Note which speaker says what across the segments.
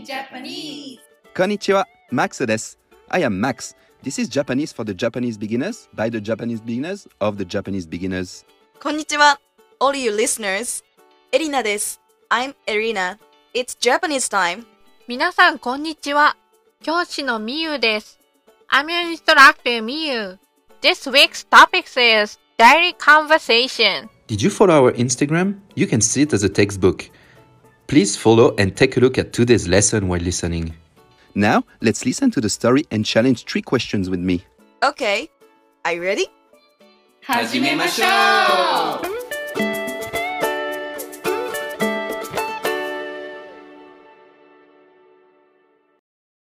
Speaker 1: Japanese.
Speaker 2: こんにちは、Max です。I am Max. This is Japanese for the Japanese beginners by the Japanese beginners of the Japanese beginners.
Speaker 3: こんにちは All you listeners エリナです I'm Erina It's Japanese time
Speaker 4: 皆さん、こんにちは。教師のみゆです。I'm your instructor, みゆ。This week's topic is daily conversation.
Speaker 5: Did you follow our Instagram? You can see it as a textbook. Please follow and take a look at today's lesson while listening.
Speaker 2: Now, let's listen to the story and challenge three questions with me.
Speaker 3: Okay Are you ready?
Speaker 1: 始めましょう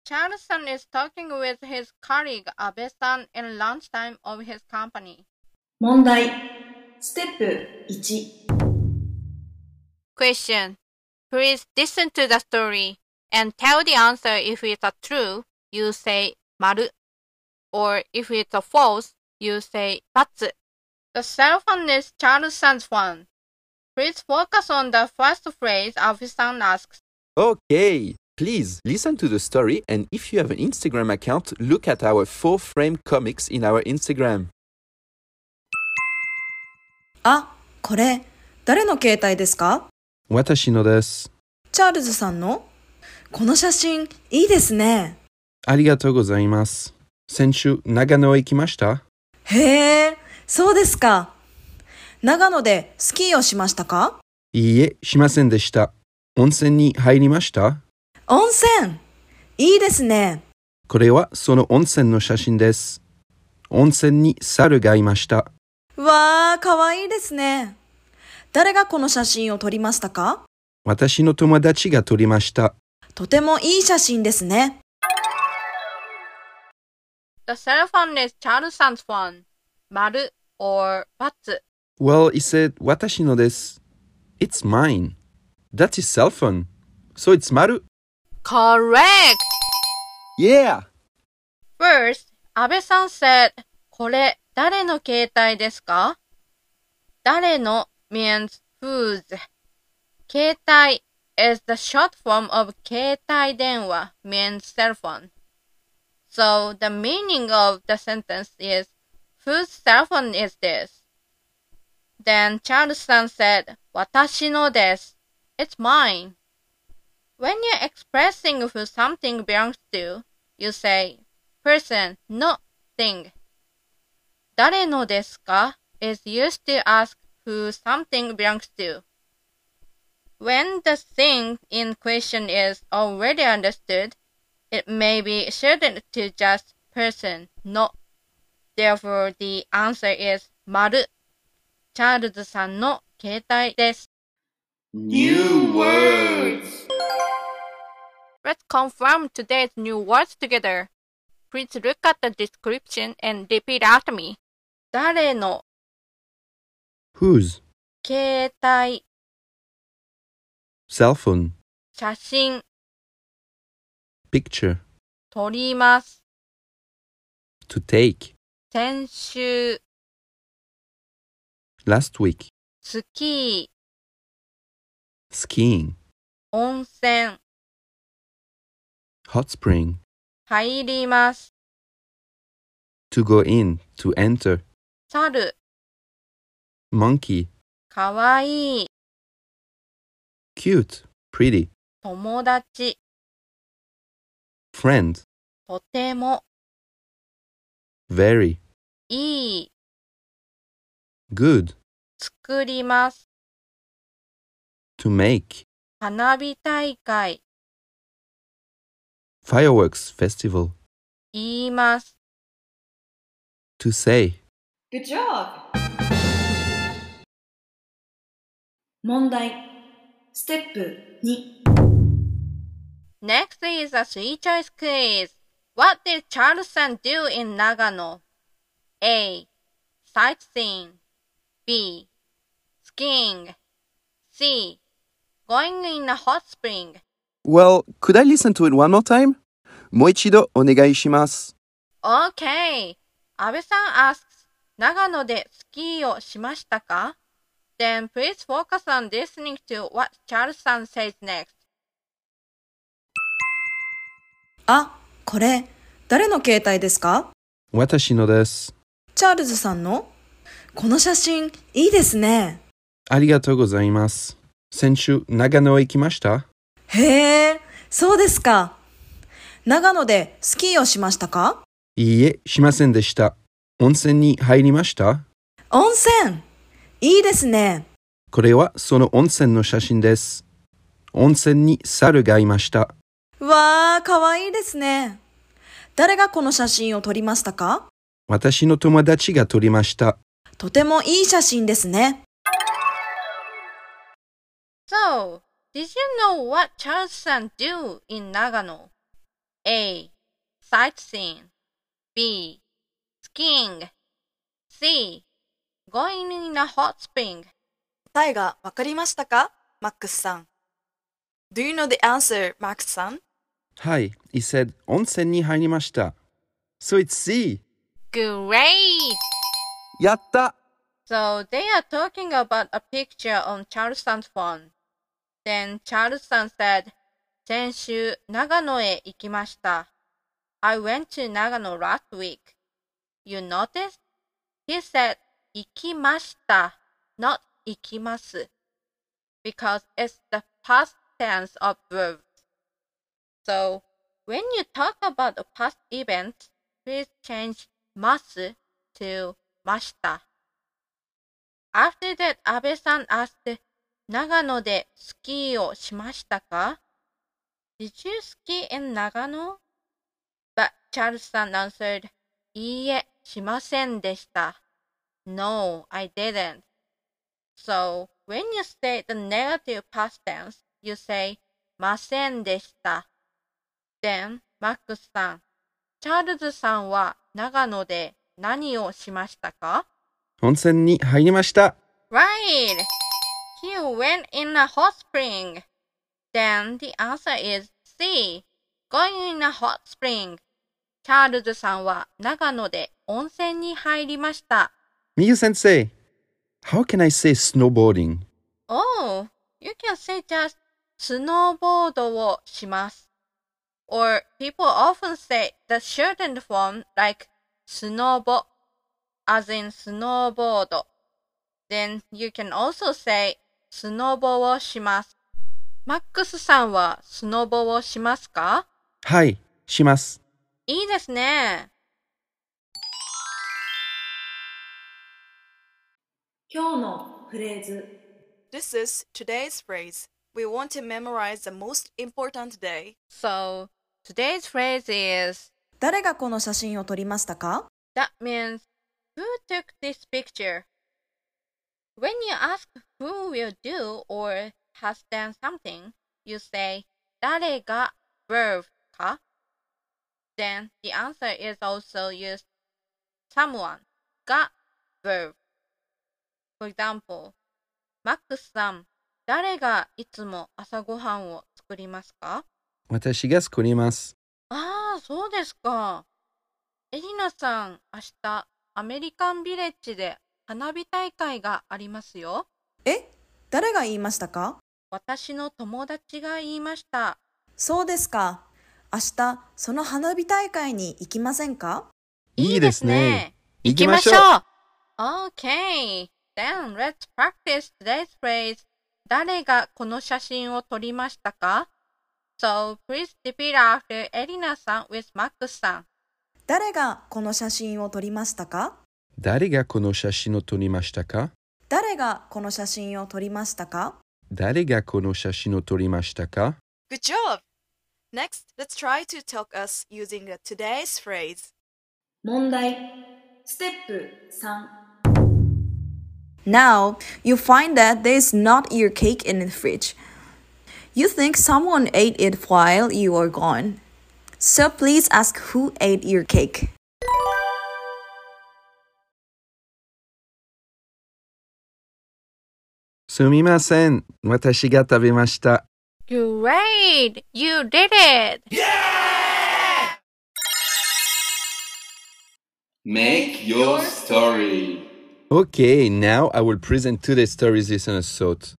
Speaker 4: チャールズさん is talking with his colleague 安倍さん in lunchtime of his company.
Speaker 6: 問題ステップ1
Speaker 4: Question. Please listen to the story and tell the answer if it's a true, you say 丸 or if it's a false, you say ×. The cell phone is Charles-san's phone. Please focus on the first phrase Abe-san asks.
Speaker 2: Okay, please listen to the story and if you have an Instagram account, look at our four frame comics in our Instagram.
Speaker 6: あこれ誰の携帯ですか
Speaker 2: 私のです。
Speaker 6: チャールズさんのこの写真いいですね
Speaker 2: ありがとうございます。先週、長野へ行きました
Speaker 6: へえそうですか長野でスキーをしましたか
Speaker 2: いいえ、しませんでした。温泉に入りました
Speaker 6: 温泉いいですね
Speaker 2: これはその温泉の写真です。温泉に猿がいました。
Speaker 6: わーかわいいですね誰がこの写真を撮りましたか
Speaker 2: 私の友達が撮りました。
Speaker 6: とてもいい写真ですね
Speaker 4: The cell phone is Charles-san's phone. 丸 or ×.
Speaker 5: Well, he said, 私のです。It's mine. That's his cell phone. So it's Maru.
Speaker 4: Correct!
Speaker 2: Yeah!
Speaker 4: First, 安倍さん said, これ誰の携帯ですか誰の means whose. 携帯 is the short form of 携帯電話 means cell phone. So the meaning of the sentence is, whose cell phone is this? Then Charles san said, 私のです。It's mine. When you're expressing who something belongs to, you say person, no thing. 誰のですか is used to ask who something belongs to. When the thing in question is already understood, it may be shortened to just person, no. Therefore, the answer is 丸。チャールズさんの携帯です。
Speaker 1: New words
Speaker 4: Let's confirm today's new words together. Please look at the description and repeat after me. 誰の
Speaker 5: Whose?
Speaker 4: 携帯
Speaker 5: Cell phone.
Speaker 4: 写真
Speaker 5: Picture.
Speaker 4: 撮ります。
Speaker 5: To take.
Speaker 4: 先週
Speaker 5: Last week.
Speaker 4: スキー
Speaker 5: Skiing.
Speaker 4: 温泉
Speaker 5: Hot spring.
Speaker 4: 入ります。
Speaker 5: To go in. To enter.
Speaker 4: 猿
Speaker 5: Monkey.
Speaker 4: かわいい
Speaker 5: Cute. Pretty.
Speaker 4: 友達
Speaker 5: Friend.
Speaker 4: とても
Speaker 5: Very.
Speaker 4: いい
Speaker 5: Good.
Speaker 4: 作ります。
Speaker 5: To make.
Speaker 4: 花火大会
Speaker 5: Fireworks festival.
Speaker 4: 言います。
Speaker 5: To say.
Speaker 6: Good job! 問題ステップ2
Speaker 4: Next is a three choice quiz. What did Charles San do in Nagano? A. Sightseeing. B. Skiing. C. Going in a hot spring.
Speaker 2: Well, could I listen to it one more time? もう一度お願いします。
Speaker 4: Okay. 阿部さん asks, 長野でスキーをしましたか Then please focus on listening to what Charles San says next.
Speaker 6: あ、これ、誰の携帯ですか
Speaker 5: 私のです。
Speaker 6: チャールズさんのこの写真、いいですね。
Speaker 5: ありがとうございます。先週、長野へ行きました
Speaker 6: へえ、そうですか。長野でスキーをしましたか
Speaker 5: いいえ、しませんでした。温泉に入りました
Speaker 6: 温泉いいですね。
Speaker 5: これはその温泉の写真です。温泉に猿がいました。
Speaker 6: わあ、かわいいですね。誰がこの写真を撮りましたか
Speaker 5: 私の友達が撮りました。
Speaker 6: とてもいい写真ですね。
Speaker 4: So, did you know what Charles San do in Nagano? A. Sightseeing. B. Skiing. C. Going in a hot spring.
Speaker 3: 答えがわかりましたかマックスさん。Do you know the answer, マックスさん
Speaker 5: はい、he said 温泉に入りました。So it's C!
Speaker 4: Great!
Speaker 2: やった
Speaker 4: So they are talking about a picture on Charles San's phone. Then Charles San said, 先週、長野へ行きました。I went to Nagano last week. You noticed? He said, 行きました、not 行きます。Because it's the past tense of verbs. So, when you talk about a past event, please change ます to ました。After that, 安倍さん asked, 長野でスキーをしましたか ?Did you ski in 長野 ?But Charles さん answered, いいえ、しませんでした。No, I didn't. So, when you say the negative past tense, you say, ませんでした。Then, マックスさん、チャールズさんは長野で何をしましたか
Speaker 5: 温泉に入りました。
Speaker 4: Right. He went in a hot spring. Then the answer is C. Going in a hot spring. チャールズさんは長野で温泉に入りました。
Speaker 5: みゆ先生、How can I say snowboarding?
Speaker 4: Oh, you can say just スノーボードをします。Or people often say the shortened form like スノボ as in スノーボード。Then you can also say スノボをします。マックスさんはスノボをしますか
Speaker 5: はい、します。
Speaker 4: いいですね。
Speaker 1: 今日のフレーズ
Speaker 3: This is today's phrase. We want to memorize the most important day.
Speaker 4: So, today's phrase is
Speaker 6: 誰がこの写真を撮りましたか
Speaker 4: That means who took this picture? When you ask who will do or has done something, you say 誰が verb か Then the answer is also used someone が verb. For example, マックスさん、誰がいつも朝ごはんを作りますか
Speaker 5: 私が作ります。
Speaker 4: ああ、そうですか。エリナさん、明日、アメリカンビレッジで花火大会がありますよ。
Speaker 6: え誰が言いましたか
Speaker 4: 私の友達が言いました。
Speaker 6: そうですか。明日、その花火大会に行きませんか
Speaker 5: いいですね。行
Speaker 4: 行きましょう
Speaker 5: う
Speaker 4: Okay, then let's practice today's phrase. 誰がこの写真を撮りましたか ?So, please repeat after エリナさん with マックスさん。
Speaker 6: 誰がこの写真を撮りましたか
Speaker 5: 誰がこの写真を撮りましたか
Speaker 6: 誰がこの写真を撮りましたか
Speaker 5: 誰がこの写真を撮りましたか
Speaker 3: Good job! Next, let's try to talk us using the today's phrase.
Speaker 1: 問題ステップ
Speaker 6: Now, you find that there's not your cake in the fridge. You think someone ate it while you were gone. So please ask who ate your cake.
Speaker 5: すみません。私が食べました。
Speaker 4: Great! You did it!
Speaker 1: Make your story
Speaker 5: Okay, now I will present today's story's listener's thought.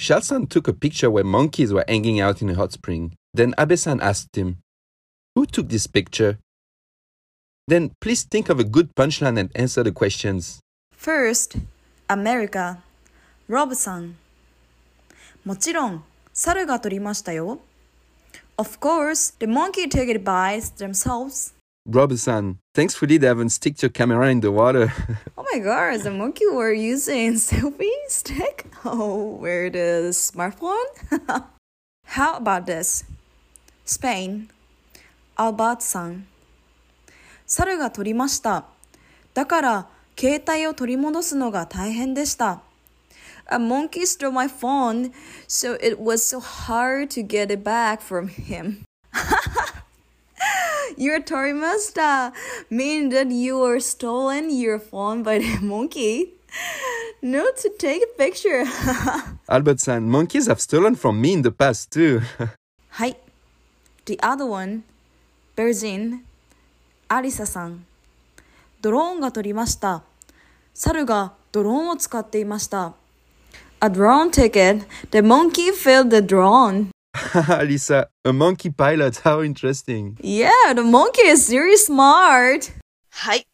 Speaker 5: Shalsan took a picture where monkeys were hanging out in a hot spring. Then Abe-san asked him, Who took this picture? Then please think of a good punchline and answer the questions.
Speaker 6: First, America, Robさん.もちろん、猿が取りましたよ。Of course, the monkey took it by themselves.
Speaker 5: Robertson, thankfully they haven't sticked your camera in the water.
Speaker 6: Oh my god, the monkey were using selfie stick? Oh, where the smartphone? How about this? Spain, Albert-san. 猿が取りました。だから、携帯を取り戻すのが大変でした。A monkey stole my phone, so it was so hard to get it back from him. Your Torimasta mean that you were stolen your phone by the monkey. Not to take a picture.
Speaker 5: Albertson, monkeys have stolen from me in the past too.
Speaker 6: Hi. The other one, Berzin, Alisa さん。ドローンが撮りました。猿がドローンを使っていました。A drone ticket. The monkey filled the drone.
Speaker 5: Lisa, a monkey pilot, how interesting.
Speaker 6: Yeah, the monkey is very smart.
Speaker 3: Hi.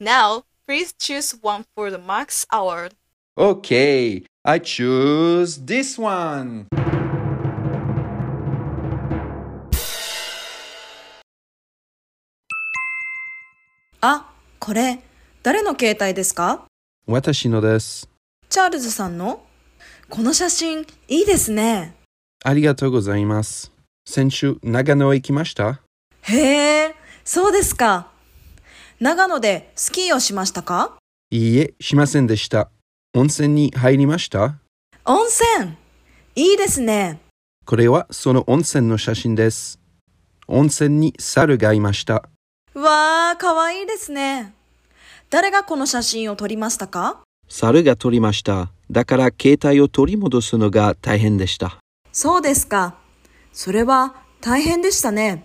Speaker 3: Now, please choose one for the Max Award.
Speaker 5: Okay, I choose this one.
Speaker 6: 「あ、これ誰の携帯ですか?」
Speaker 5: Watashi no desu.
Speaker 6: チャールズさんのこの写真いいですね。
Speaker 5: Arigatou gozaimasu. Senshu, Nagano e ikimashita?
Speaker 6: へえ、そうですか。長野でスキーをしましたか
Speaker 5: いいえ、shimasen deshita. Onsen ni hairimashita?
Speaker 6: 温泉いいですね。
Speaker 5: これはその温泉の写真です。温泉に猿がいました。
Speaker 6: わあ、かわいいですね。誰がこの写真を撮りましたか
Speaker 5: 猿が取りました。だから携帯を取り戻すのが大変でした。
Speaker 6: そうですか。それは大変でしたね。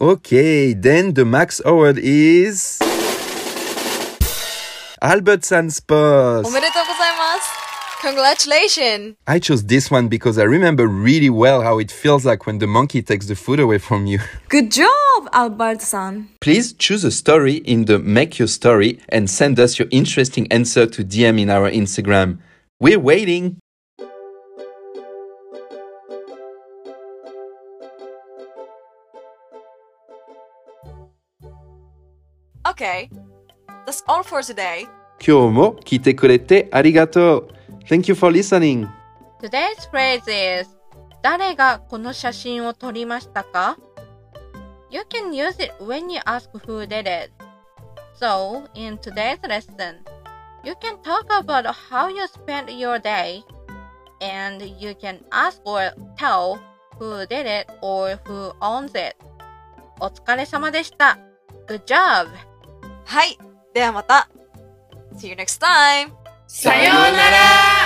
Speaker 5: Okay, then the max award is Albert Sanspos.
Speaker 3: おめでとうございます! Congratulations!
Speaker 5: I chose this one because I remember really well how it feels like when the monkey takes the food away from you.
Speaker 6: Good job, Albert さん。
Speaker 5: Please choose a story in the Make Your Story and send us your interesting answer to DM in our Instagram. We're waiting.
Speaker 3: Okay, that's all for today.
Speaker 5: 今日も聞いてくれてありがとう。Thank you for listening.
Speaker 4: Today's phrase is 誰がこの写真を撮りましたか ?You can use it when you ask who did it. So, in today's lesson, you can talk about how you spent your day and you can ask or tell who did it or who owns it. お疲れ様でした。Good job!
Speaker 3: はい、ではまた !See you next time!
Speaker 1: さようなら